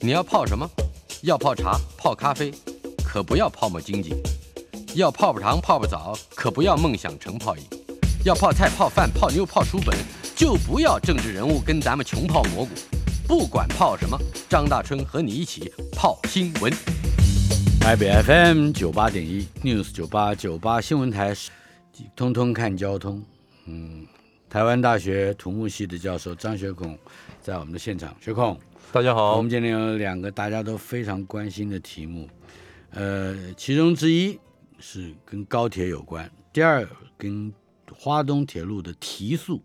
你要泡什么？要泡茶、泡咖啡，可不要泡沫经济；要泡泡糖、泡泡澡，可不要梦想成泡影；要泡菜、泡饭、泡妞、泡书本，就不要政治人物跟咱们穷泡蘑菇。不管泡什么，张大春和你一起泡新闻。台北 FM 九八点一 News 九八九八新闻台，通通看交通。嗯，台湾大学土木系的教授张学孔在我们的现场。学孔，大家我好们，今天有两个大家都非常关心的题目，呃，其中之一是跟高铁有关，第二跟花东铁路的提速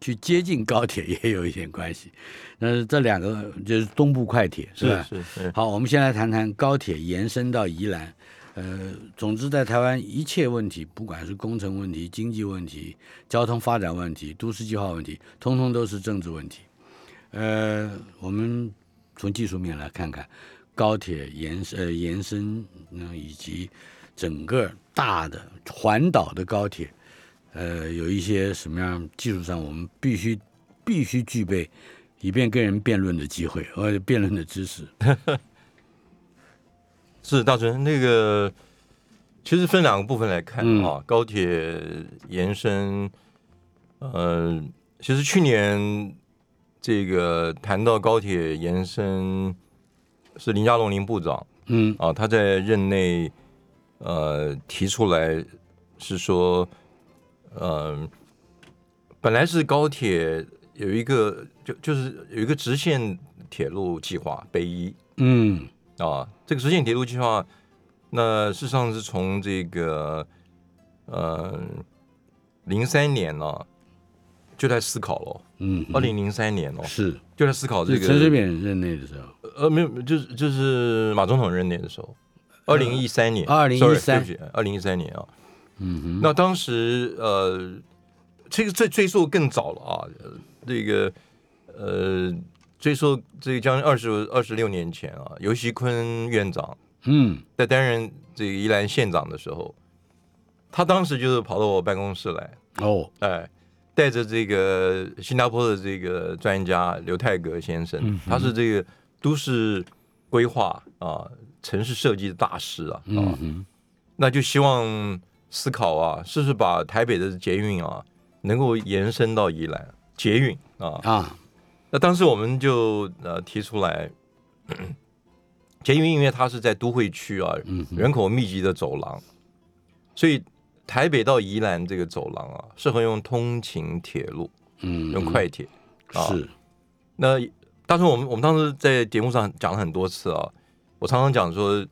去接近高铁也有一点关系。那这两个就是东部快铁，是吧？是是，好，我们先来谈谈高铁延伸到宜兰。呃，总之，在台湾一切问题，不管是工程问题、经济问题、交通发展问题、都市计划问题，通通都是政治问题。呃，我们从技术面来看看高铁延伸呃延伸，嗯、以及整个大的环岛的高铁，呃，有一些什么样技术上我们必须必须具备，以便跟人辩论的机会或者辩论的知识。是大春，那个其实分两个部分来看嗯啊，高铁延伸，呃，其实去年这个谈到高铁延伸，呃是林佳龙林部长嗯啊，他在任内呃提出来是说，呃，本来是高铁有一个就就是有一个直线铁路计划北一，嗯啊，这个实现铁路计划，那事实上是从这个呃零三年呢、就在思考了，嗯，二零零三年哦，是就在思考这是陈水个，扁任内的时候，呃，没有，就是就是马总统任内的时候，二零一三年， 2013呃二零一三年啊，嗯那当时呃，这个这追溯更早了啊，呃这个呃。追溯这将近二十二十六年前啊，尤熙坤院长嗯在担任这个宜兰县长的时候，他当时就是跑到我办公室来，哦，哎，带着这个新加坡的这个专家刘泰格先生，嗯他是这个都市规划啊、城市设计的大师啊，啊，嗯哼，那就希望思考啊，是不是把台北的捷运啊能够延伸到宜兰捷运啊？啊，那当时我们就呃提出来， 捷运因为它是在都会区啊，嗯人口密集的走廊，所以台北到宜兰这个走廊啊，适合用通勤铁路，嗯，用快铁。啊是，那当时我们我们当时在节目上讲了很多次啊，我常常讲说，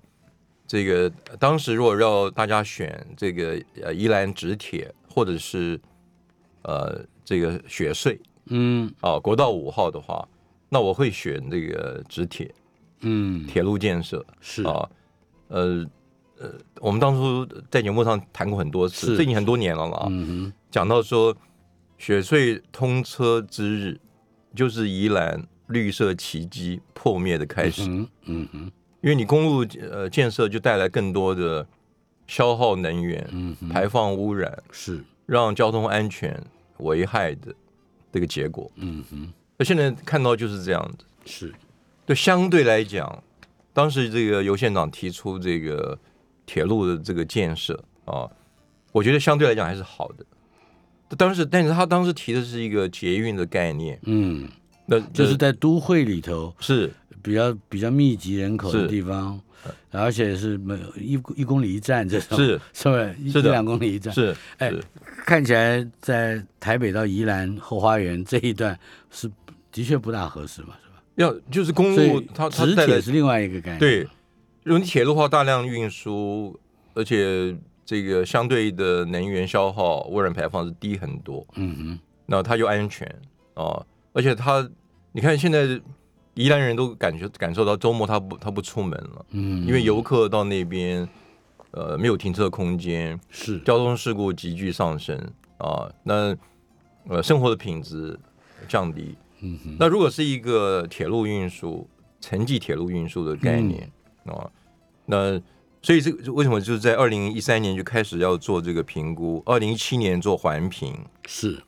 这个当时如果要大家选这个呃宜兰直铁或者是呃这个雪隧，嗯啊，国道五号的话，那我会选这个直铁嗯铁路建设是啊，呃呃，我们当初在节目上谈过很多是次，这已经很多年了了啊，嗯讲到说雪隧通车之日，就是宜兰绿色奇迹破灭的开始，哼嗯哼因为你公路呃建设就带来更多的消耗能源、嗯哼排放污染，是让交通安全危害的这个结果。嗯哼那现在看到就是这样子。是对，相对来讲，当时这个尤县长提出这个铁路的这个建设啊，我觉得相对来讲还是好的。当时，但是他当时提的是一个捷运的概念，嗯，那就是那在都会里头是比较比较密集人口的是地方，而且是没有一一公里一站这种，是 是不是一是一的两公里一站？是哎是看起来在台北到宜兰后花园这一段是的确不大合适嘛，是吧？要就是公所路以，它它直嗯带铁来是另外一个概念，对，如果你铁路化大量运输，而且这个相对的能源消耗、污染排放是低很多，嗯哼。那它又安全啊、而且它，你看现在宜兰人都感觉感受到周末他不他不出门了，嗯，因为游客到那边，呃，没有停车空间，是交通事故急剧上升啊、那呃生活的品质降低。嗯哼那如果是一个铁路运输、城际铁路运输的概念啊、那所以这个为什么就是在二零一三年就开始要做这个评估，二零一七年做环评，是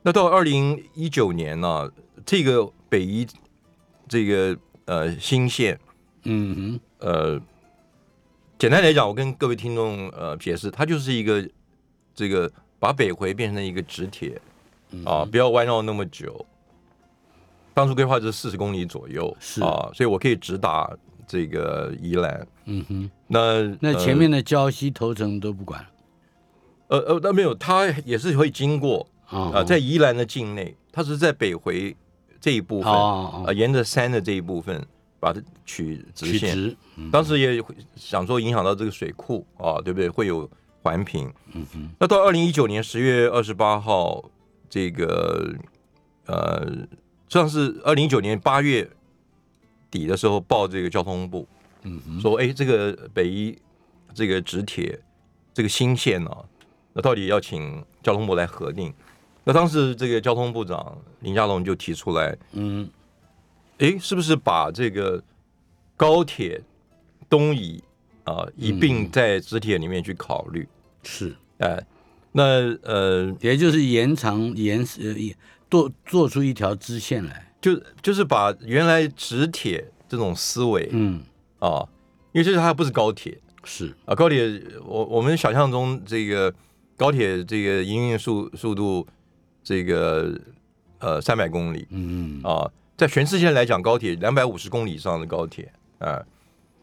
那到二零一九年呢、这个北一这个呃新线，嗯呃，简单来讲，我跟各位听众呃解释，它就是一个这个把北回变成一个直铁嗯啊，不要弯绕那么久。当初规划就是四十公里左右，是啊，所以我可以直达这个宜兰。哼，嗯哼，那那呃前面的胶西头城都不管呃呃，那没有，它也是会经过啊啊、在宜兰的境内，它只是在北回这一部分，啊、哦哦，沿着山的这一部分把它取直嗯曲线。直，当时也会想说影响到这个水库啊，对不对？会有环评。那到二零一九年十月二十八号，这个呃，实际上是二零一九年八月底的时候报这个交通部，嗯，说哎，这个北一这个直铁这个新线呢、那到底要请交通部来核定。那当时这个交通部长林佳龙就提出来，嗯，诶，是不是把这个高铁东移啊、一并在直铁里面去考虑？是，哎、那呃，也就是延长延呃也做做出一条支线来，就就是把原来直铁这种思维嗯，啊、因为这是它不是高铁是，啊、高铁我我们想象中这个高铁这个营运速速度这个呃三百公里，嗯啊、在全世界来讲，高铁两百五十公里以上的高铁啊、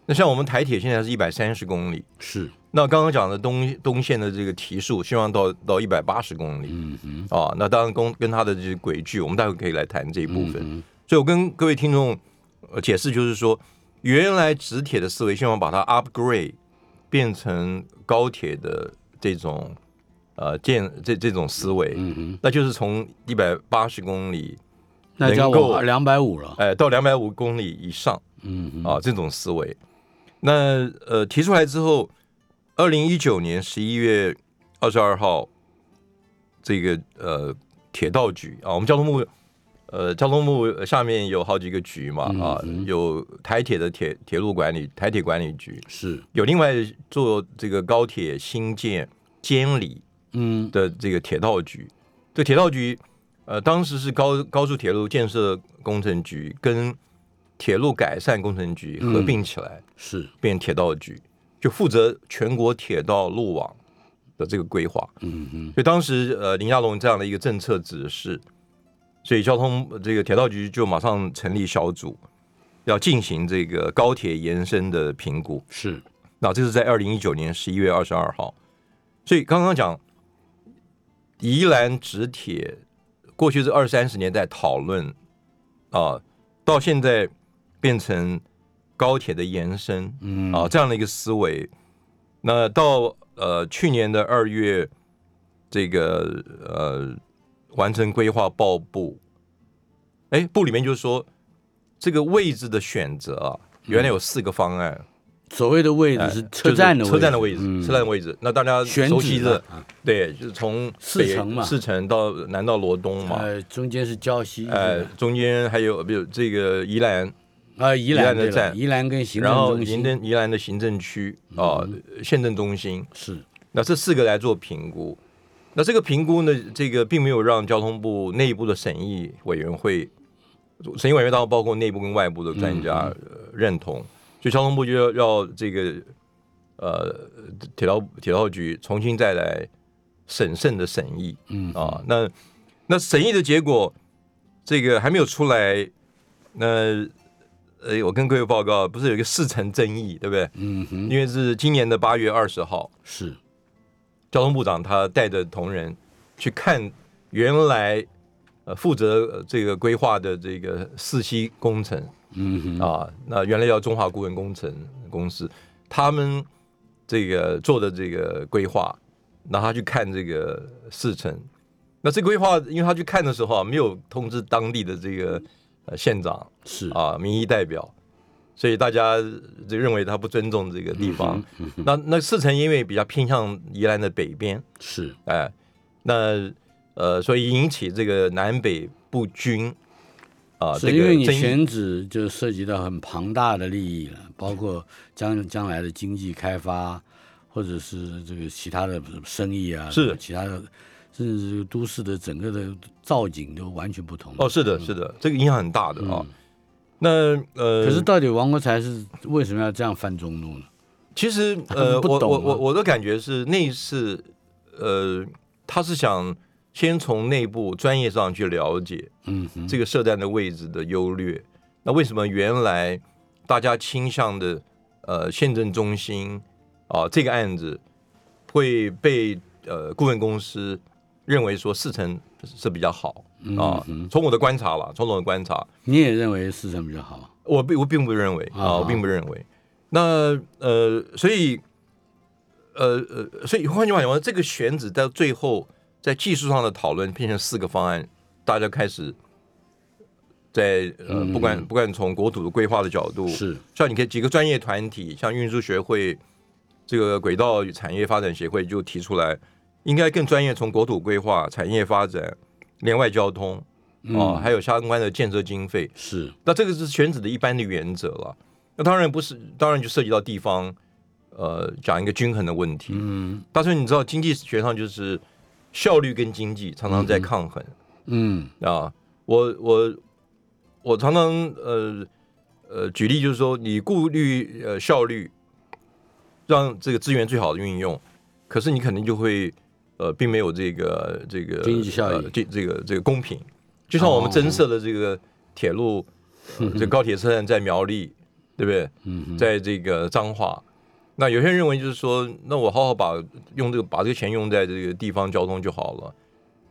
那像我们台铁现在是一百三十公里，是，那刚刚讲的东东线的这个提速，希望到到一百八十公里嗯哼，啊、那当然跟跟它的这个轨距，我们待会可以来谈这一部分。嗯所以我跟各位听众呃解释，就是说，原来直铁的思维，希望把它 upgrade 变成高铁的这种呃建这这种思维，嗯哼，那就是从一百八十公里那叫能够我两百五了，哎、到两百五公里以上。嗯哼，啊，这种思维。那呃提出来之后，二零一九年十一月二十二号，这个呃铁道局啊，我们交通部呃交通部下面有好几个局嘛啊，有台铁的铁铁路管理台铁管理局，是，有另外做这个高铁新建监理嗯的这个铁道局，这铁道局呃当时是高高速铁路建设工程局跟铁路改善工程局合并起来，是，变铁道局，就负责全国铁道路网的这个规划。嗯哼，所以当时呃林佳龙这样的一个政策指示，所以交通呃这个铁道局就马上成立小组，要进行这个高铁延伸的评估。是，那这是在二零一九年十一月二十二号。所以刚刚讲宜兰直铁，过去是二三十年代讨论啊，到现在变成高铁的延伸嗯啊这样的一个思维。那到呃去年的二月，这个呃完成规划报部，哎部里面就说这个位置的选择啊，原来有四个方案。所谓的位置哎是就车站的位置车站的位置，嗯车站的位置。那大家选熟址悉嘛的，对，就是从四北城嘛四城到南到罗东嘛，呃，中间是胶西，呃，中间还有比如这个宜兰，呃，宜宜兰兰的对了站宜兰跟行政然后中行心嗯政宜兰的行政区啊、县政中心，是，那这四个来做评估。那这个评估呢，这个并没有让交通部内部的审议委员会，审议委员会当然包括内部跟外部的专家、嗯呃认同，所以交通部就要要这个呃铁道铁道局重新再来审慎的审议嗯啊。那那审议的结果，这个还没有出来，那呃，我跟各位报告，不是有一个四层争议，对不对？嗯哼，因为是今年的八月二十号，是，交通部长他带着同仁去看原来呃负责呃这个规划的这个四期工程嗯哼，啊，那原来叫中华顾问工程公司，他们这个做的这个规划，然后他去看这个四城，那这规划因为他去看的时候啊，没有通知当地的这个呃县长是，啊民意代表。所以大家就认为他不尊重这个地方。嗯那那四城因为比较偏向宜兰的北边，是，哎，那呃，所以引起这个南北不均啊、是这因个为你争议。选址就涉及到很庞大的利益了，包括将将来的经济开发，或者是这个其他的生意啊，是其他的，甚至这个都市的整个的造景都完全不同。哦嗯哦，，是的，是的，这个影响很大的啊、那呃，可是到底王国才是为什么要这样犯众怒呢？其实呃，不我懂啊我吗我我的感觉是那一次，呃，他是想先从内部专业上去了解嗯哼，这个社站的位置的优劣。那为什么原来大家倾向的呃宪政中心啊、这个案子会被呃顾问公司认为说四成是比较好啊、嗯哼从我的观察了，从我的观察，你也认为四成比较好？我并我并不认为啊、啊我并不认为。那呃，所以呃呃，所以换句话讲，这个选址到最后在技术上的讨论变成四个方案，大家开始在呃，不管不管从国土的规划的角度，是像你可以几个专业团体，像运输学会、这个轨道与产业发展协会就提出来，应该更专业从国土规划、产业发展、连外交通哦、还有相关的建设经费。嗯是，那这个是选址的一般的原则了。那当然不是，当然就涉及到地方，呃，讲一个均衡的问题。嗯但是你知道，经济学上就是效率跟经济常常在抗衡、嗯啊。我我我常常呃呃举例就是说，你顾虑呃效率，让这个资源最好的运用，可是你肯定就会呃并没有这个这个经济效益呃这、这个这个公平。就像我们增设的这哦个铁路，呃这个高铁车站在苗 栗，对不对？嗯在这个彰化。那有些人认为就是说，那我好好把用这个把这个钱用在这个地方交通就好了。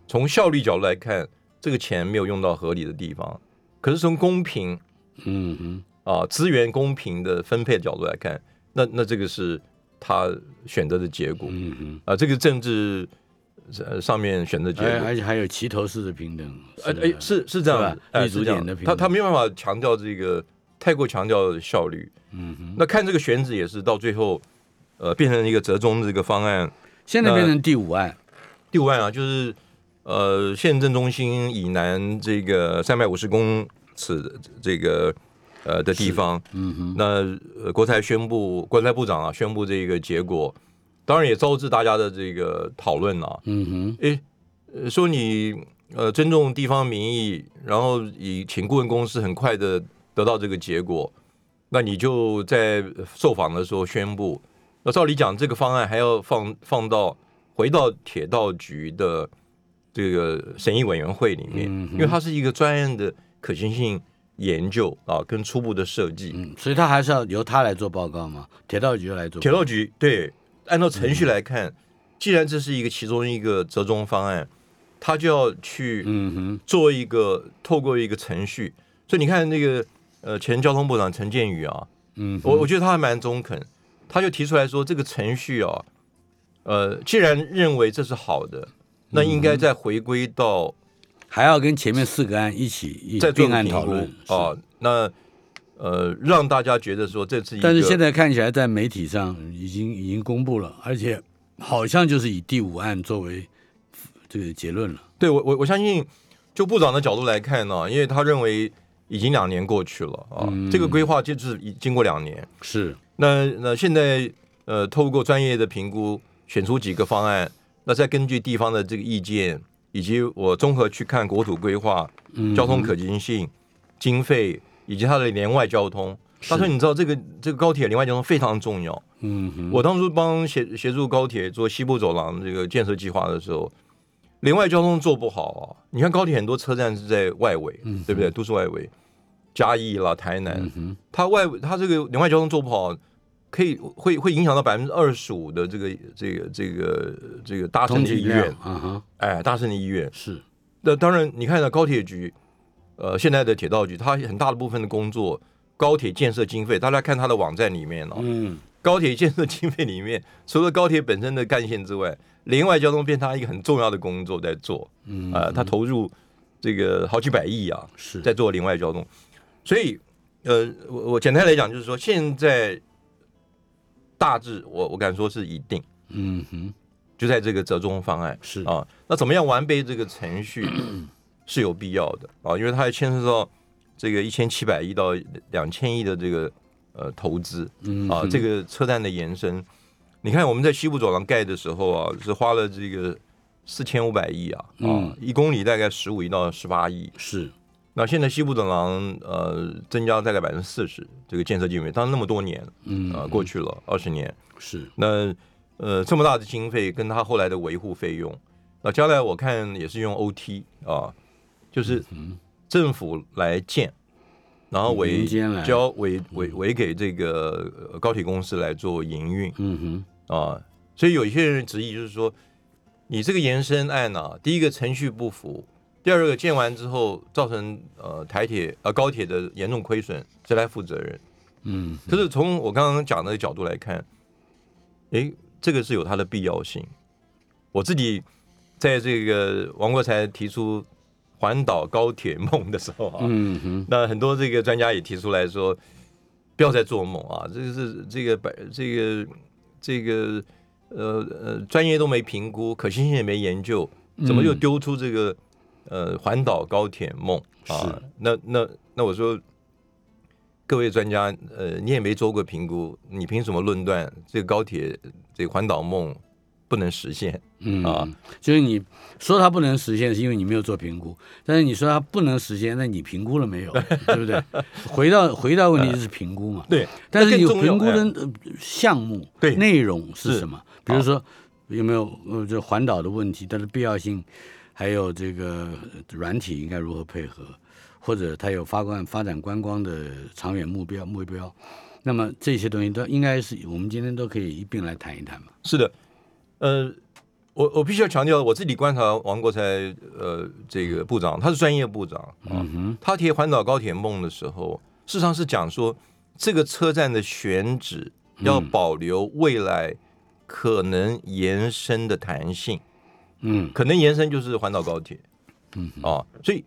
从效率角度来看，这个钱没有用到合理的地方。可是从公平嗯哼，啊资源公平的分配角度来看，那那这个是他选择的结果嗯哼。哎啊、这个政治呃上面选择结而果。而且还有齐头式的平等，呃，的哎，是是这样是子吧，哎立足是这样点的平他衡他没有办法强调这个，太过强调效率。嗯哼，那看这个选址也是到最后，呃，变成一个折中的这个方案。现在变那成第五案，第五案啊，就是呃，县政中心以南这个三百五十公尺的这个呃的地方，嗯哼，那、呃、国台宣布，国台部长啊宣布这个结果，当然也招致大家的这个讨论啊。嗯哼，诶，呃说你呃尊重地方民意，然后以请顾问公司很快的得到这个结果，那你就在受访的时候宣布，那照理讲这个方案还要放放到回到铁道局的这个审议委员会里面，因为它是一个专案的可行性研究啊，跟初步的设计。嗯，所以他还是要由他来做报告嘛，铁道局来做报告，铁路局对，按照程嗯序来看，既然这是一个其中一个折中方案，他就要去嗯哼，做一个透过一个程序，所以你看那个呃前交通部长陈建宇啊，嗯哼，我我觉得他还蛮中肯，他就提出来说这个程序啊，呃，既然认为这是好的，那嗯应该再回归到还要跟前面四个案一起一起再做并个案评讨估论啊、那呃让大家觉得说这是是一个，但是现在看起来，在媒体上已经已经公布了，而且好像就是以第五案作为这个结论了。对我我我相信，就部长的角度来看呢、因为他认为已经两年过去了啊，这个规划就是已经过两年。是，那那现在呃，透过专业的评估选出几个方案，那再根据地方的这个意见，以及我综合去看国土规划、嗯交通可行性、经费以及它的连外交通。他说：“你知道这个这个高铁连外交通非常重要。嗯哼，我当初帮协协助高铁做西部走廊这个建设计划的时候，连外交通做不好啊。你看高铁很多车站是在外围，对不对？都市外围，嘉义啦、台南，嗯哼它外它这个连外交通做不好，可以会会影响到百分之二十五的这个这个这个这个搭乘通的缉意量愿，啊哈，哎，搭乘的意愿。是，那当然，你看到高铁局，呃，现在的铁道局，它很大的部分的工作，高铁建设经费，大家看它的网站里面哦，嗯，高铁建设经费里面，除了高铁本身的干线之外，连外交通变它一个很重要的工作在做。嗯，啊、它投入这个好几百亿啊，是在做连外交通。所以，呃，我我简单来讲，就是说现在大致我我敢说是一定嗯哼，就在这个折中方案是啊。那怎么样完备这个程序是有必要的啊，因为它还牵涉到这个一千七百亿到两千亿的这个呃投资。嗯啊，这个车站的延伸，你看我们在西部走廊盖的时候啊，是花了这个四千五百亿啊，啊，嗯一公里大概十五亿到十八亿。是，那现在西部走廊呃增加大概百分之四十这个建设经费，当然那么多年嗯啊、呃过去了二十年，是那呃这么大的经费跟他后来的维护费用，那将来我看也是用 OT 啊，就是嗯政府来建，然后委民间来交委委委给这个呃高铁公司来做营运嗯哼啊，所以有一些人质疑就是说，你这个延伸案呢、第一个程序不符。第二个建完之后造成呃台铁呃高铁的严重亏损，谁来负责任？嗯可是从我刚刚讲的角度来看，诶，这个是有它的必要性。我自己在这个王国才提出环岛高铁梦的时候啊，嗯哼那很多这个专家也提出来说，不要再做梦啊，这个是这个百这个这个呃呃专业都没评估，可行性也没研究，嗯怎么就丢出这个、呃环岛高铁梦啊是？那那那我说。各位专家，呃，你也没做过评估，你凭什么论断这个高铁这个环岛梦不能实现？嗯啊就是你说它不能实现，是因为你没有做评估；但是你说它不能实现，那你评估了没有？对不对？回到回到问题就是评估嘛。对，但是呃那你更重要评估的哎呃项目、对内容是是什么？比如说有没有呃这环岛的问题，它的必要性，还有这个呃软体应该如何配合，或者它有发观发展观光的长远目标目标。那么这些东西都应该是我们今天都可以一并来谈一谈嘛。是的，呃，我我必须要强调，我自己观察王国才呃这个部长，他是专业部长啊，他提环岛高铁梦的时候，事实上是讲说这个车站的选址要保留未来可能延伸的弹性，嗯可能延伸就是环岛高铁，嗯啊，所以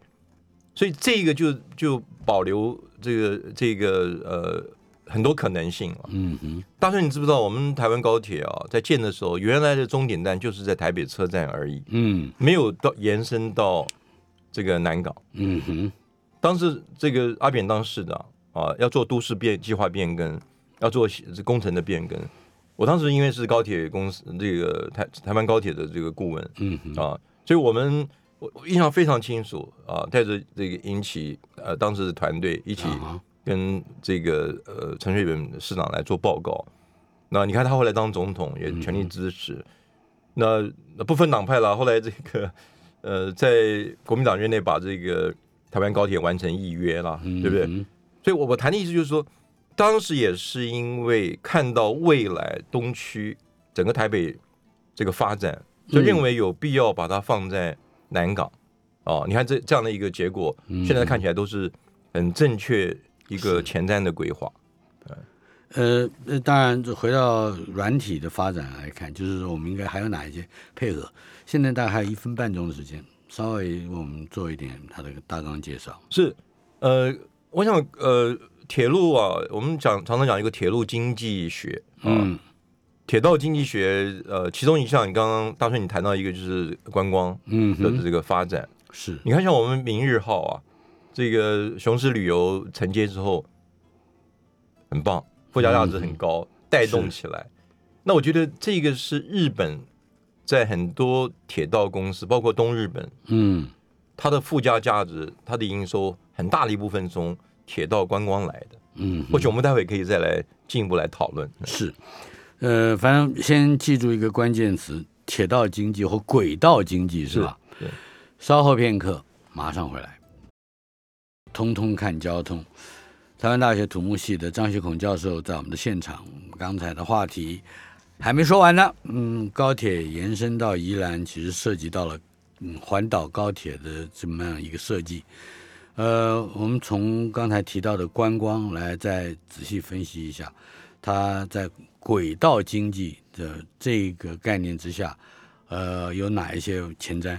所以这个就就保留这个这个呃很多可能性了。嗯哼，大帅，你知不知道我们台湾高铁啊，在建的时候，原来的终点站就是在台北车站而已，嗯没有到延伸到这个南港。嗯哼，当时这个阿扁当市长啊，要做都市变计划变更，要做工程的变更。我当时因为是高铁公司这个台台湾高铁的这个顾问，嗯啊，所以我们我我印象非常清楚啊，带着这个引起呃当时的团队一起啊跟这个呃陈水扁市长来做报告。那你看他后来当总统也全力支持，那那不分党派了。后来这个呃，在国民党任内把这个台湾高铁完成议约了，对不对？嗯所以我我谈的意思就是说，当时也是因为看到未来东区整个台北这个发展，嗯就认为有必要把它放在南港啊、哦你看这这样的一个结果，嗯现在看起来都是很正确一个前瞻的规划。呃，呃当然，这回到软体的发展来看，就是说我们应该还有哪一些配合？现在大概还有一分半钟的时间，稍微为我们做一点它的大纲介绍。是，呃，我想，呃，铁路啊，我们讲常常讲一个铁路经济学，嗯，嗯铁道经济学，呃，其中一项，你刚刚大顺你谈到一个就是观光嗯的哼，这个发展，是你看像我们明日号啊，这个雄狮旅游承接之后，很棒，附加价值很高，带动起来。那我觉得这个是日本在很多铁道公司，包括东日本，嗯它的附加价值、它的营收很大的一部分从铁道观光来的。嗯或许我们待会可以再来进一步来讨论。是，呃，反正先记住一个关键词：铁道经济或轨道经济，是吧？是对稍后片刻，马上回来。通通看交通。台湾大学土木系的张学孔教授在我们的现场，刚才的话题还没说完呢。嗯，高铁延伸到宜兰，其实涉及到了嗯环岛高铁的这么样一个设计。呃，我们从刚才提到的观光来再仔细分析一下，它在轨道经济的这个概念之下，呃，有哪一些前瞻？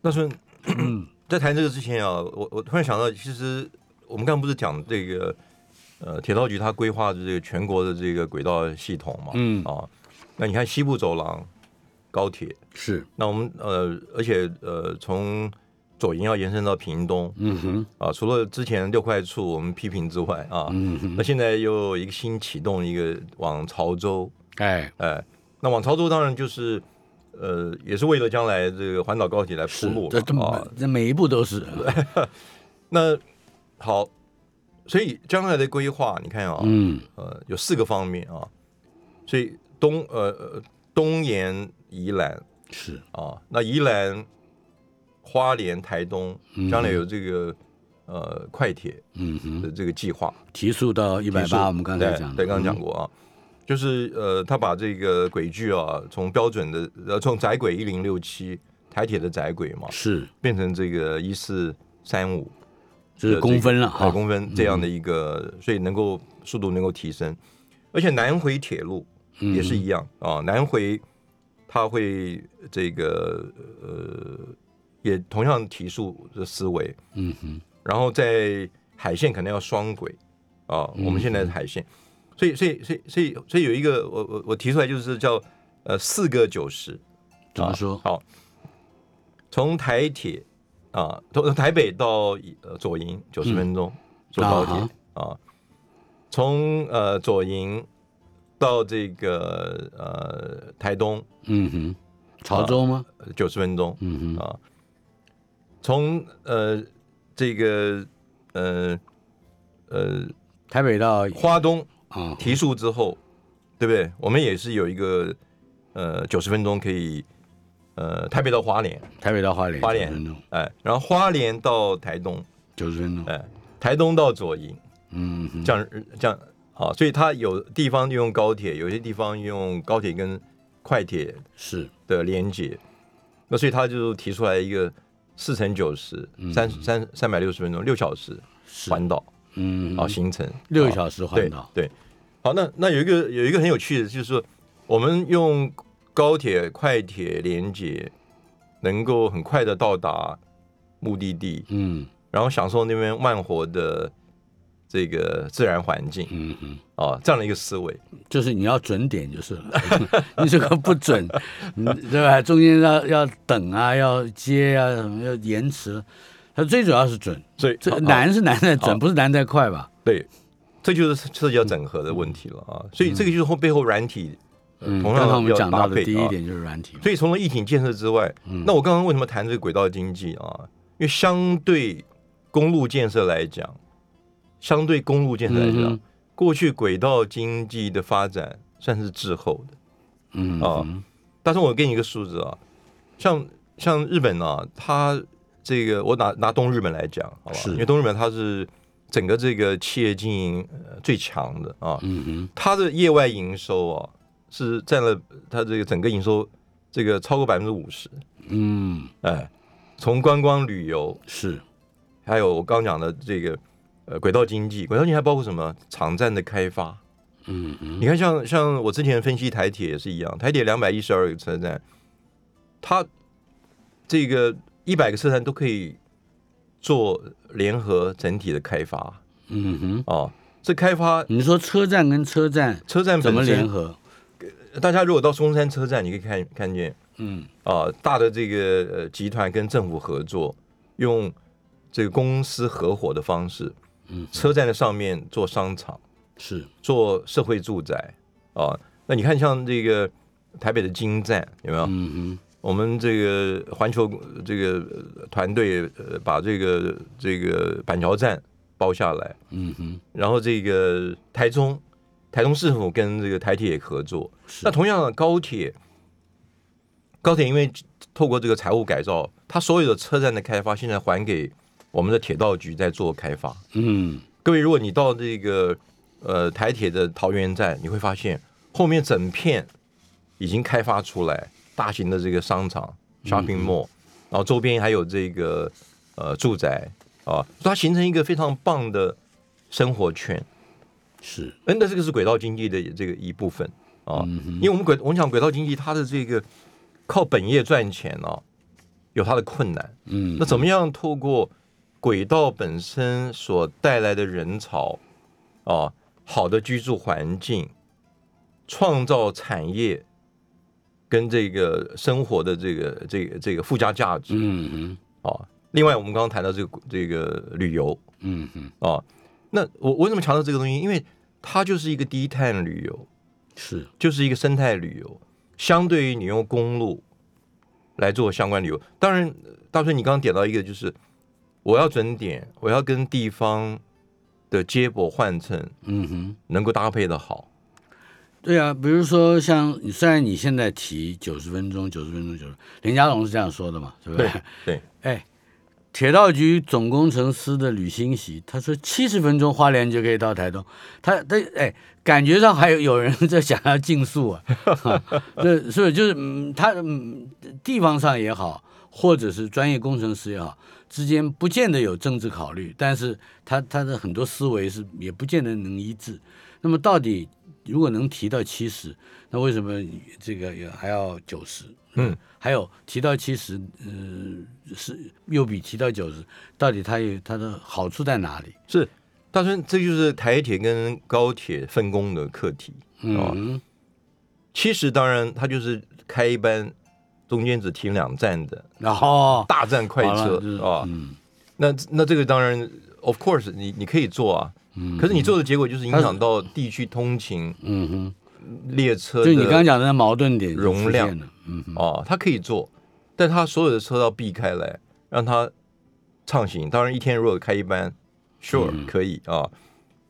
那顺，嗯在谈这个之前啊，我我突然想到，其实我们刚刚不是讲这个呃铁道局它规划的这个全国的这个轨道系统嘛，嗯啊，那你看西部走廊高铁，是，那我们呃，而且呃从左营要延伸到屏东嗯哼，啊，除了之前六块处我们批评之外啊，嗯哼，那现在又有一个新启动一个往潮州，哎，哎，那往潮州当然就是呃，也是为了将来这个环岛高铁来铺路这这嘛啊么。这每一步都 是，那好，所以将来的规划，你看啊、嗯呃，有四个方面啊，所以东呃呃东沿宜兰是，啊，那宜兰、花莲、台东嗯将来有这个呃快铁嗯哼，的这个计划，提速到一百提速八，我们刚才对讲的，嗯对，刚刚讲过啊。就是呃，他把这个轨距啊，从标准的呃，从窄轨一零六七台铁的窄轨嘛嗯，是，变成这个一四三五，这是公分了海哈，公分这样的一个，所以能够速度能够提升，而且南回铁路嗯也是一样啊、南回它会这个呃，也同样提速的思维，嗯哼，然后在海线可能要双轨啊、嗯我们现在的海线，所以所以所以所以所以有一个我我我提出来就是叫呃四个九十，怎啊么说？好，从台铁啊，从从台北到呃左营九十分钟坐高铁嗯啊啊，从呃左营到这个呃台东嗯哼，啊潮州吗？九十分钟嗯哼，啊，从呃这个呃呃台北到花东啊，提速之后，对不对？我们也是有一个呃九十分钟可以呃台北到花莲。台北到花莲，花莲90分钟，哎，然后花莲到台东，九十分钟，哎，台东到左营，嗯哼，这样这样啊，所以它有地方利用高铁，有些地方用高铁跟快铁是，的连接，那所以他就提出来一个四乘九十三三三百六十分钟，六小时环岛嗯，啊行程，六啊小时环岛，对对，好，那那有一个有一个很有趣的，就是说我们用高铁、快铁连接，能够很快的到达目的地，嗯然后享受那边慢活的这个自然环境嗯哼。啊，这样的一个思维。就是你要准点就是了， 你这个不准，你对吧？中间要要等啊，要接啊，什么要延迟，它最主要是准。所以这好难是难在准，好不是难在快吧？对，这就是涉及到整合的问题了啊。所以这个就是后背后软体，呃嗯，同刚才我样们要讲搭到的配第一啊。点就是软体嘛，所以除了一体建设之外，嗯那我刚刚为什么谈这个轨道经济啊？因为相对公路建设来讲，相对公路建设来讲，嗯哼过去轨道经济的发展算是滞后的。嗯啊嗯但是我给你一个数字啊，像像日本啊，它这个我拿拿东日本来讲，好吧，是因为东日本它是整个这个企业经营呃最强的啊，嗯哼，它的业外营收啊是占了它这个整个营收这个超过百分之五十，嗯哎，从观光旅游是还有我刚讲的这个呃轨道经济，轨道经济还包括什么场站的开发，嗯嗯你看像，像我之前分析台铁也是一样，台铁两百一十二个车站，它这个一百个车站都可以做联合整体的开发啊、嗯哼，哦。这开发你说车站跟车站车站怎么本身联？合？大家如果到松山车站，你可以看看见嗯啊、大的这个呃集团跟政府合作，用这个公司合伙的方式，嗯，车站的上面做商场。是做社会住宅啊、那你看像这个台北的金站有没有？嗯我们这个环球呃这个呃团队呃把这个这个板桥站包下来，哼嗯哼然后这个台中台中市府跟这个台铁也合作。是那同样的高铁，高铁因为透过这个财务改造，它所有的车站的开发现在还给我们的铁道局在做开发。嗯各位，如果你到这个呃台铁的桃园站，你会发现后面整片已经开发出来，大型的这个商场 shopping mall，、然后周边还有这个呃住宅啊，它形成一个非常棒的生活圈。是嗯，那这个是轨道经济的这个一部分啊，因为我们轨我们讲轨道经济，它的这个靠本业赚钱啊，有它的困难。嗯那怎么样透过轨道本身所带来的人潮啊，好的居住环境，创造产业跟这个生活的这个这个这个附加价值嗯哼啊。另外，我们刚刚谈到这个这个旅游嗯哼啊，那我我为什么强调这个东西？因为它就是一个低碳旅游，是就是一个生态旅游。相对于你用公路来做相关旅游。当然，大春你刚刚点到一个，就是我要准点，我要跟地方的接驳换乘嗯哼，能够搭配的好。对啊，比如说像虽然你现在提九十分钟、九十分钟、九十，林佳龙是这样说的嘛，对不对？对，哎，铁道局总工程师的吕新喜他说七十分钟花莲就可以到台东，他他哎，感觉上还有有人在想要竞速啊，哈这所以就是嗯，他嗯地方上也好，或者是专业工程师也好，之间不见得有政治考虑，但是他他的很多思维是也不见得能一致。那么到底如果能提到七十，那为什么这个也还要九十？嗯，还有提到七十，嗯，是又比提到九十，到底它有它的好处在哪里？是大春，这就是台铁跟高铁分工的课题。哦嗯，其实当然，它就是开一班，中间只停两站的然后大站快好车了就是啊。嗯，那那这个当然，of course，你你可以做啊。嗯可是你做的结果就是影它响到地区通勤嗯哼，列车就的你刚刚讲的那矛盾点就容出现量了，嗯哼，哦，它可以做，但它所有的车道避开来，让它畅行。当然，一天如果开一班，sure、可嗯以啊、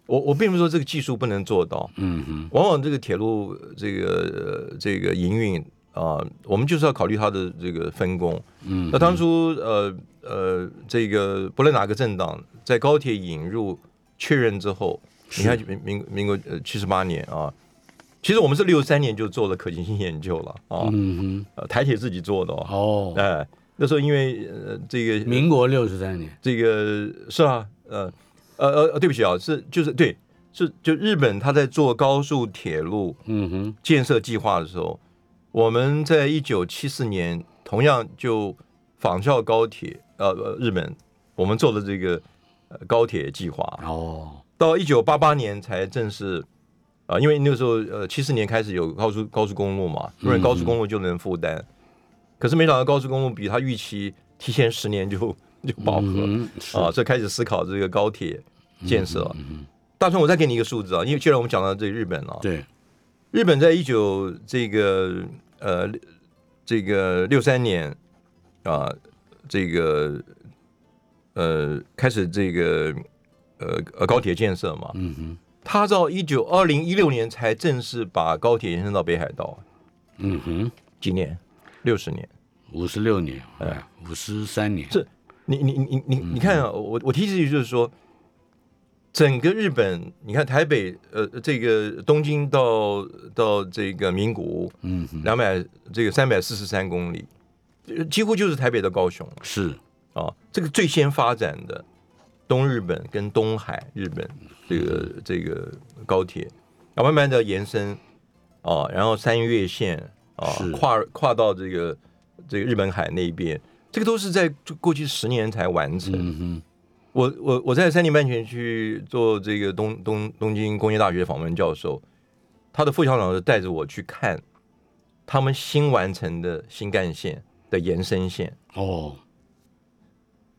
我我并不是说这个技术不能做到，嗯哼，往往这个铁路呃这个呃这个营运啊、我们就是要考虑它的这个分工。嗯，那当初呃呃，这个不论哪个政党在高铁引入确认之后，你看民民民国呃七十八年啊，其实我们是六三年就做了可行性研究了啊，嗯呃台铁自己做的哼，哦，哦，哎，那时候因为呃这个民国六十三年，这个是啊，呃呃呃，对不起啊，是就是对是就日本他在做高速铁路嗯哼，建设计划的时候，我们在一九七四年同样就仿效高铁，呃，呃日本我们做的这个呃高铁计划，哦，到一九八八年才正式。啊、因为那个时候，呃，七四年开始有高速高速公路嘛，因为高速公路就能负担，可是没想到高速公路比他预期提前十年就就饱和了，嗯哼，是啊，，所以开始思考这个高铁建设。嗯大川，我再给你一个数字啊，因为既然我们讲到这个日本啊，对，日本在一九这个呃这个六三年啊，这个呃开始这个呃呃高铁建设嘛，嗯哼，它到一九二零一六年才正式把高铁延伸到北海道，嗯哼，几年？六十年。五十六年，哎，五十三年，这你你你你嗯你看啊，我我提示就是说，整个日本，你看台北呃这个东京到到这个名古屋嗯哼，两百这个三百四十三公里，呃几乎就是台北到高雄了是，啊。这个最先发展的东日本跟东海日本这个嗯这个高铁，啊慢慢的延伸啊，然后三越线啊是跨跨到这个这个日本海那边。这个都是在过去十年才完成，嗯哼，我我我在三年半前去做这个东东东京工业大学访问教授，他的副校长老师带着我去看他们新完成的新干线的延伸线，哦，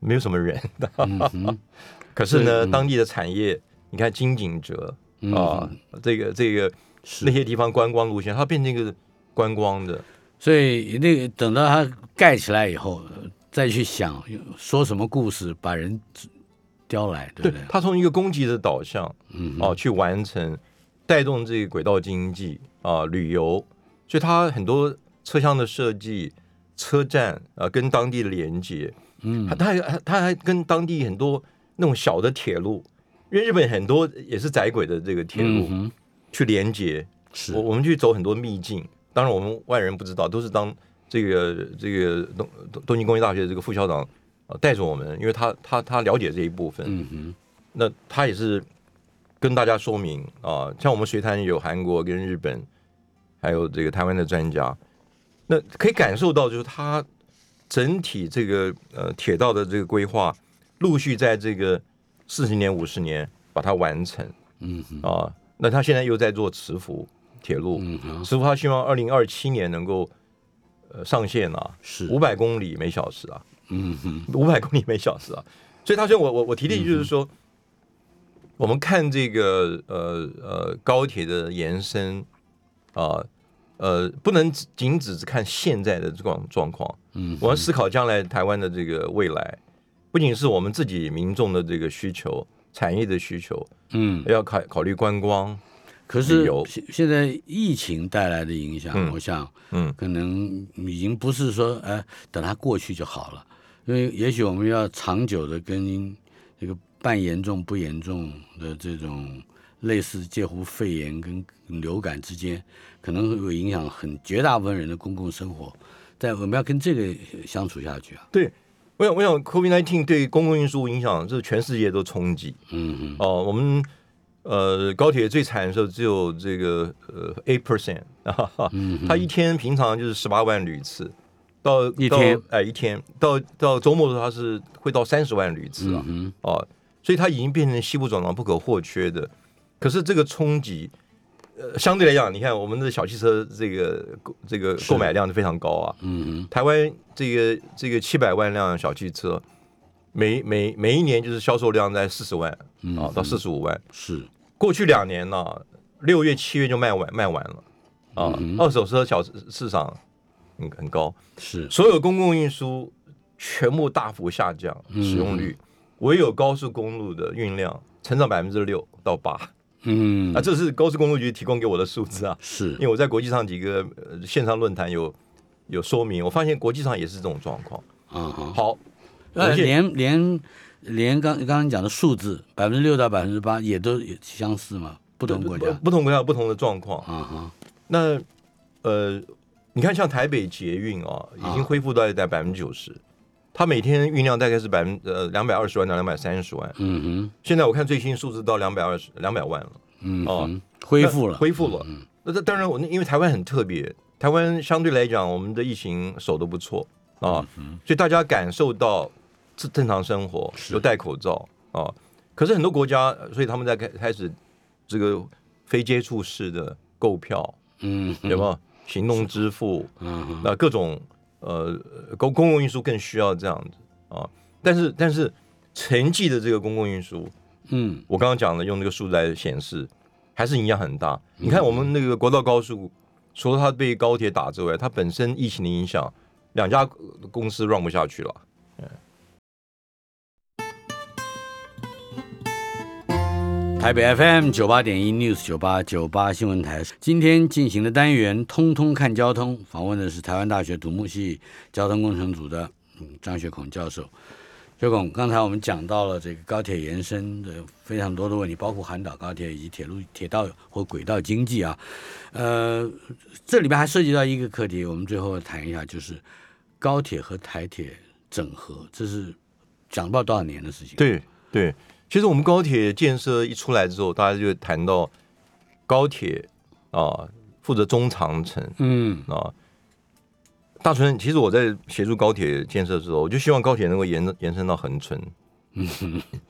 没有什么人。嗯哼， 可是呢，当地的产业，你看金井泽嗯啊，这个这个是那些地方观光路线，它变成一个观光的，所以那个等到它盖起来以后，呃再去想说什么故事把人叼来，对对不对，？它从一个供给的导向嗯哼，啊去完成，带动这个轨道经济啊、旅游，所以它很多车厢的设计、车站啊、跟当地的连接，嗯它它还它还跟当地很多那种小的铁路，因为日本很多也是窄轨的这个铁嗯路、哼，去连接，是我我们去走很多秘境，当然我们外人不知道，都是当这个这个东东东京工业大学这个副校长呃带着我们，因为他他他了解这一部分，嗯哼，那他也是跟大家说明啊、像我们学坛有韩国跟日本，还有这个台湾的专家，那可以感受到就是他整体这个呃铁道的这个规划，陆续在这个四十年、五十年把它完成嗯哼，啊、那他现在又在做磁浮铁路，嗯哼，磁浮他希望二零二七年能够呃上线啊，是，五百公里每小时啊。嗯哼，五百公里每小时啊。所以他说我我我提的就是说，我们看这个呃呃高铁的延伸啊、呃呃，不能只仅只是看现在的这种状况，嗯，我要思考将来台湾的这个未来，不仅是我们自己民众的这个需求、产业的需求，嗯，要考考虑观光，可是旅游现现在疫情带来的影响，嗯我想嗯可能已经不是说哎等它过去就好了，因为也许我们要长久的跟这个半严重不严重的这种类似介乎肺炎跟流感之间，可能会有影响很绝大部分人的公共生活，但我们要跟这个相处下去啊，对。我想，我想，COVID-19 对公共运输影响，这全世界都冲击。嗯哼，哦，我们呃高铁最惨的时候只有这个呃 eight percent 啊，嗯它一天平常就是十八万旅次，到一到天哎一天到到周末的时候它是会到三十万旅次啊，嗯哦，所以它已经变成西部走廊不可或缺的。可是这个冲击。呃，相对来讲，你看我们的小汽车这个购这个购买量是非常高啊。嗯哼，台湾这个这个七百万辆小汽车，每每每一年就是销售量在四十万嗯啊到四十五万，是，过去两年呢，六月、七月就卖完卖完了啊，嗯二手车小市市场很很高，是，所有公共运输全部大幅下降嗯使用率，唯有高速公路的运量成长百分之六到八嗯啊，，这是高速公路局提供给我的数字啊，是因，为我在国际上几个呃线上论坛有有说明，我发现国际上也是这种状况。啊哈。好，呃，而且连连连刚刚刚讲的数字百分之六到百分之八也都也相似嘛，不同国不家不同国家有不同的状况。啊哈，那呃，你看像台北捷运啊，已经恢复到在百分之九十，它每天运量大概是百分呃两百二十万到两百三十万，嗯哼，现在我看最新数字到两百二十两百万了，嗯哦哼，恢复了，嗯恢复了。那这当然我，那因为台湾很特别，台湾相对来讲我们的疫情守得不错嗯啊，所以大家感受到正正常生活，有戴口罩啊。可是很多国家，所以他们在开开始这个非接触式的购票，嗯有没有行动支付？嗯哼，那各种呃公公共运输更需要这样子啊。但是但是城际的这个公共运输，嗯我刚刚讲的用这个数字来显示，还是影响很大。你看我们那个国道高速，除了它被高铁打之外，它本身疫情的影响，两家呃公司 run 不下去了。台北 FM 九八点一 News 九八九八新闻台，今天进行的单元“通通看交通”，访问的是台湾大学土木系交通工程组的嗯张学孔教授。学孔，刚才我们讲到了这个高铁延伸的非常多的问题，包括环岛高铁以及铁路、铁道或轨道经济啊。呃，这里边还涉及到一个课题，我们最后谈一下，就是高铁和台铁整合，这是讲不到多少年的事情。，对对，其实我们高铁建设一出来之后，大家就谈到高铁啊，负责中长程，嗯啊。大村，其实我在协助高铁建设的时候，我就希望高铁能够延延伸到 恒春，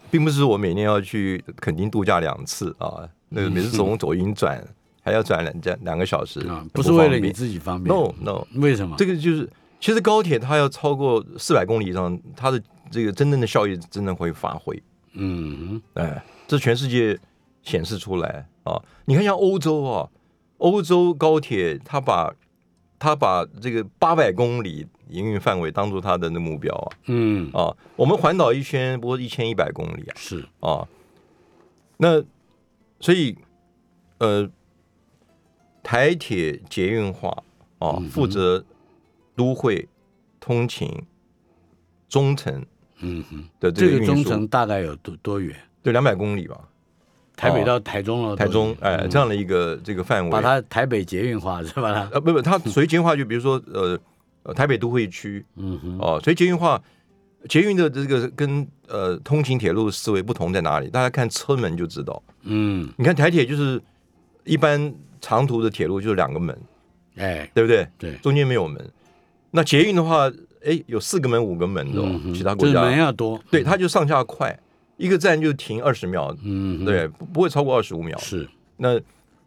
并不是我每年要去垦丁度假两次啊，那个每次 从左营转还要转两两两个小时啊，，很不是为了方你便自己方便。 No No，为什么？这个就是其实高铁它要超过四百公里以上，它的这个真正的效益真正会发挥，嗯哎，这全世界显示出来啊！你看像欧洲啊，欧洲高铁它把它把这个八百公里营运范围当做它的那目标啊嗯，啊！我们环岛一圈不过一千一百公里啊是啊！那所以呃，台铁捷运化啊，负责都会通勤中程嗯哼，的这这个个运中输程大概有多多远？对两百公里吧。台北到台中了，台中多远嗯哎、这样的一个这个范围，把它台北捷运化是吧？呃不 不，它随捷运化就比如说呃呃台北都会区嗯哼，哦，随捷运化捷运的这个跟呃通勤铁路的思维不同在哪里？大家看车门就知道。嗯，你看台铁就是一般长途的铁路就是两个门，哎，对不对？对，中间没有门。那捷运的话，哎，有四个门、五个门的、哦嗯哼其他就国是家门要多，对，它就上下快，一个站就停二十秒，嗯哼，对，不不会超过二十五秒。是，那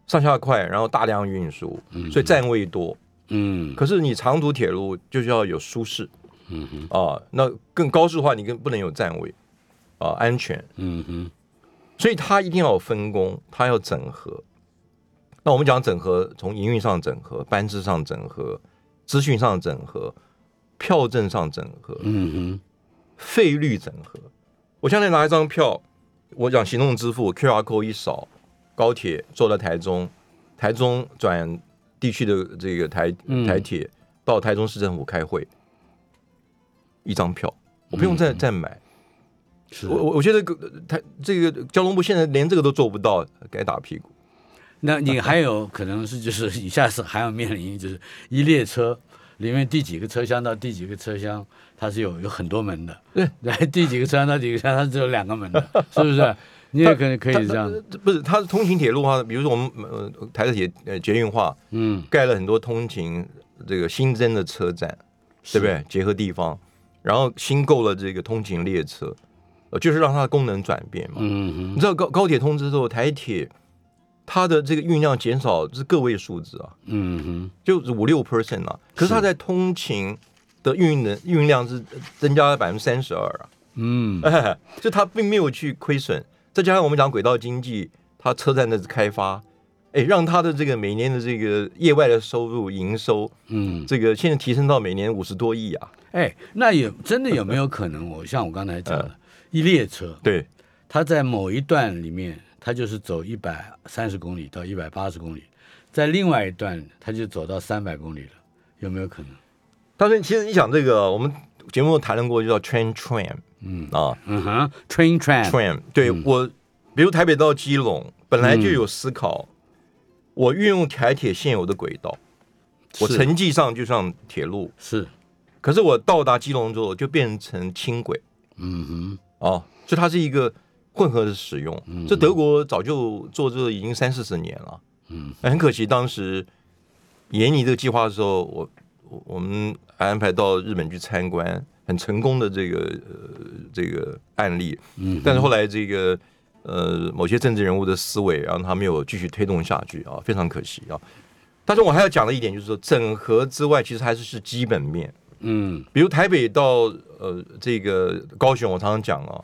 上下快，然后大量运输，所以站位多。嗯可是你长途铁路就是要有舒适嗯哼，啊，那更高速的话，你更不能有站位啊，安全。嗯哼，所以它一定要有分工，它要整合。那我们讲整合，从营运上整合、班次上整合、资讯上整合、票证上整合、嗯费率整合。我现在拿一张票，我讲行动支付 QR code 一扫，高铁坐到台中，台中转地区的这个台嗯台铁、到台中市政府开会，一张票，我不用再、再买。哼，是我我我觉得呃台这个交通部现在连这个都做不到，该打屁股。那你还有可能是就是你下次还要面临就是一列车里面第几个车厢到第几个车厢，它是有有很多门的，对 对，第几个车厢到第几个车厢它只有两个门的，是不是？你也可能可以这样，它不是，它是通勤铁路化，比如说我们呃台铁呃捷运化，嗯，盖了很多通勤这个新增的车站，对不对？结合地方，然后新购了这个通勤列车，呃，就是让它的功能转变嘛。嗯你知道高高铁通知之后，台铁它的这个运量减少是个位数字啊哼，，嗯哼，就是五六 percent 啊，可是它在通勤的运能运量是增加了百分之三十二啊。 嗯，哎，就他并没有去亏损，再加上我们讲轨道经济，它车站的开发，哎，让它的这个每年的这个业外的收入营收，嗯，这个现在提升到每年五十多亿啊，哎，那有真的有没有可能？我像我刚才讲的，一列车对，它在某一段里面，它就是走一百三十公里到一百八十公里，在另外一段它就走到三百公里了，有没有可能？但是其实你想这个，我们节目谈论过，就叫 train tram，嗯啊嗯哼，train train， tram，对、嗯我，比如台北到基隆，本来就有思考，我运用台铁现有的轨道，我是城际上就上铁路，是，可是我到达基隆之后就变成轻轨。嗯哦，所以它是一个混合的使用。这德国早就做这个已经三四十年了。嗯，很可惜当时研拟这个计划的时候，我我我们还安排到日本去参观，很成功的这个呃这个案例。嗯，但是后来这个。呃，某些政治人物的思维，让他没有继续推动下去啊，非常可惜啊。但是我还要讲的一点就是说，整合之外，其实还是是基本面。哼，嗯比如台北到呃这个高雄，我常常讲啊，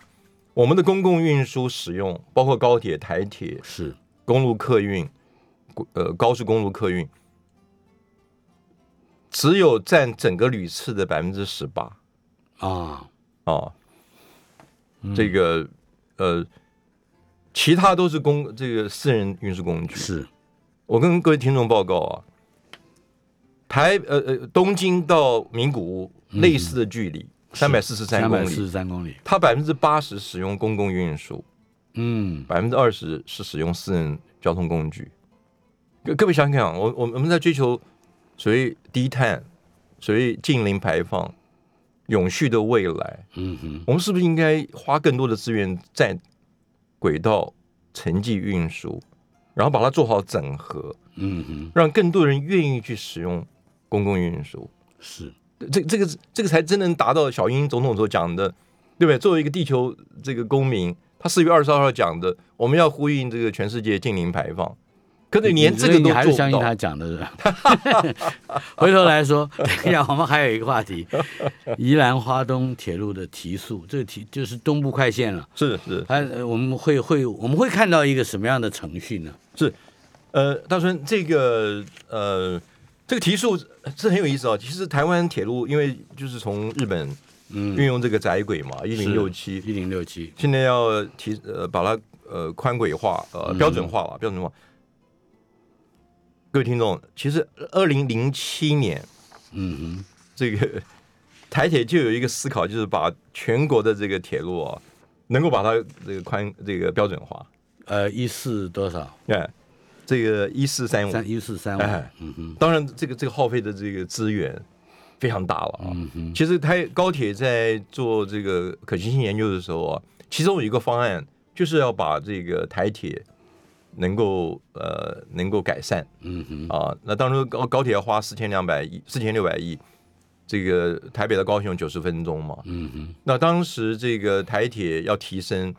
我们的公共运输使用包括高铁、台铁、是，公路客运、呃高速公路客运，只有占整个旅次的百分之十八啊，啊，这个呃，其他都是公这个私人运输工具。是，我跟各位听众报告啊，台呃呃东京到名古屋类似的距离三百四十嗯三三公百四里，十三公里，它百分之八十使用公共运输，嗯，百分之二十是使用私人交通工具。各各位想想，我我我们在追求所谓低碳、所谓近零排放、永续的未来，嗯哼，我们是不是应该花更多的资源在轨道城际运输，然后把它做好整合？嗯哼，让更多人愿意去使用公共运输。是，这这个这个才真能达到小英总统所讲的，对不对？作为一个地球这个公民，他四月二十二号讲的，我们要呼应这个全世界近零排放。可是连这个你都还是做相信不他到，讲的是吧？回头来说， 等一下我们还有一个话 题，宜兰花东铁路的提速，这个提就是东部快线了。是是它呃我们会会我们会看到一个什么样的程序呢？是，呃，大春这个呃这个提速是很有意思啊、其实台湾铁路因为就是从日本嗯运用这个窄轨嘛，一零六七，一零六七，现在要提呃把它呃宽轨化呃标准化了，标准化。各位听众，其实二零零七年嗯这个台铁就有一个思考，就是把全国的这个铁路啊，能够把它这个宽这个标准化。哼，呃，一四多少？哎，这个一四三五，三一四三五，嗯哎嗯哼，当然这个这个耗费的这个资源非常大了啊。其实台高铁在做这个可行性研究的时候啊，其中有一个方案就是要把这个台铁能够呃能够改善嗯哼，啊。那当初高高铁要花四千两百亿，四千六百亿。这个台北到高雄九十分钟嘛，嗯哼，那当时这个台铁要提升，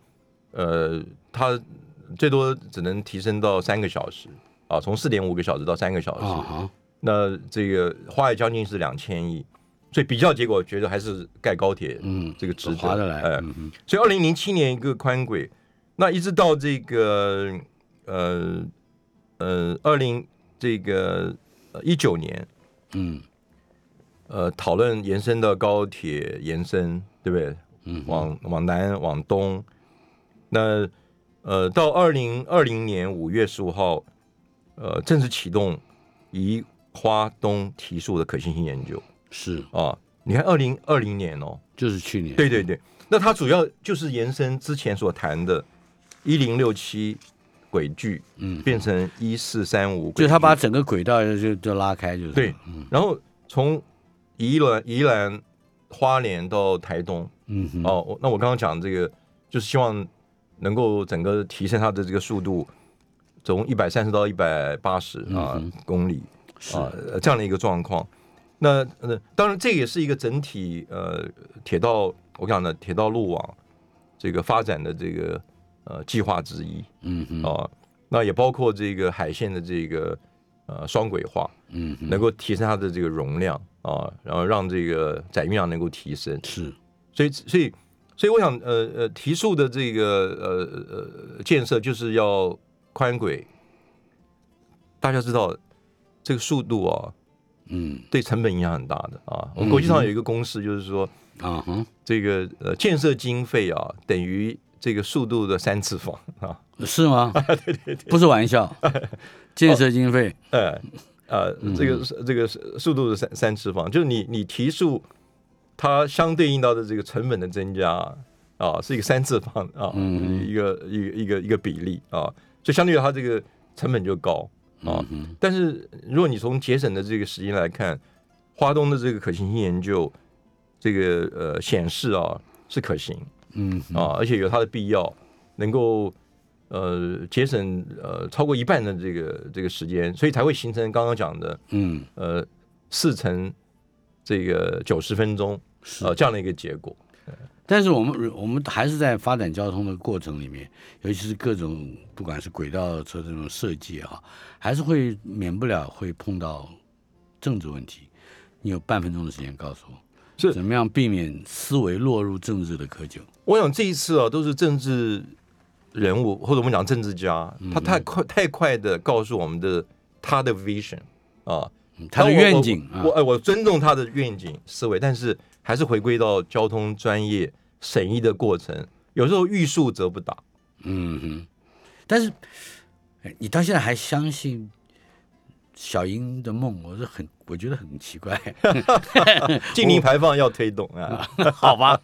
呃，它最多只能提升到三个小时啊，从四点五个小时到三个小时。啊哈，那这个花了将近是两千亿，所以比较结果觉得还是盖高铁，嗯这个值得划得来，哎嗯哼，所以二零零七年一个宽轨，那一直到这个呃呃，二零这个呃一九年，嗯呃，讨论延伸的高铁延伸，对不对？嗯，往往南往东，那呃，到二零二零年五月十五号，呃，正式启动以花东提速的可行性研究是，啊。你看二零二零年哦，就是去年，对对对，那它主要就是延伸之前所谈的一零六七轨距，嗯变成一四三五，就他把嗯整个轨道就就拉开，就是对，然后从宜兰宜兰花莲到台东，嗯哼，哦，我那我刚刚讲这个，就是希望能够整个提升它的这个速度，从一百三十到一百八十啊嗯公里是啊呃这样的一个状况。那呃，当然这也是一个整体呃铁道，我讲的铁道路网这个发展的这个呃计划之一嗯哼，啊、那也包括这个海线的这个呃双轨化，嗯哼，能够提升它的这个容量啊、然后让这个载运量能够提升。是，所以，所以，所以，我想，呃呃，提速的这个呃呃建设，就是要宽轨。大家知道，这个速度啊，嗯对成本影响很大的啊。我们国际上有一个公式，就是说，啊哼，这个呃建设经费啊，等于这个速度的三次方啊。是 吗？不是玩笑，建设经费，呃呃，这个是这个是速度的三三次方，就是你你提速，它相对应到的这个成本的增加啊，是一个三次方啊，一个一个一个一个比例啊，所以相对于它这个成本就高啊。但是如果你从节省的这个时间来看，华东的这个可行性研究，这个呃显示啊是可行嗯啊，而且有它的必要，能够呃节省呃超过一半的这个这个时间，所以才会形成刚刚讲的嗯呃四乘这个九十分钟是呃这样的一个结果。但是我们我们还是在发展交通的过程里面，尤其是各种不管是轨道车这种设计啊，还是会免不了会碰到政治问题。你有半分钟的时间告诉我，是怎么样避免思维落入政治的窠臼？我想这一次啊，都是政治人物或者我们讲政治家，嗯他太快太快的告诉我们的他的 vision 啊，嗯他的然后我愿景啊我，哎我尊重他的愿景思维，但是还是回归到交通专业审议的过程，有时候欲速则不达。嗯哼。但是，哎你到现在还相信小英的梦，我是很我觉得很奇怪， 净零排放要推动啊。好吧？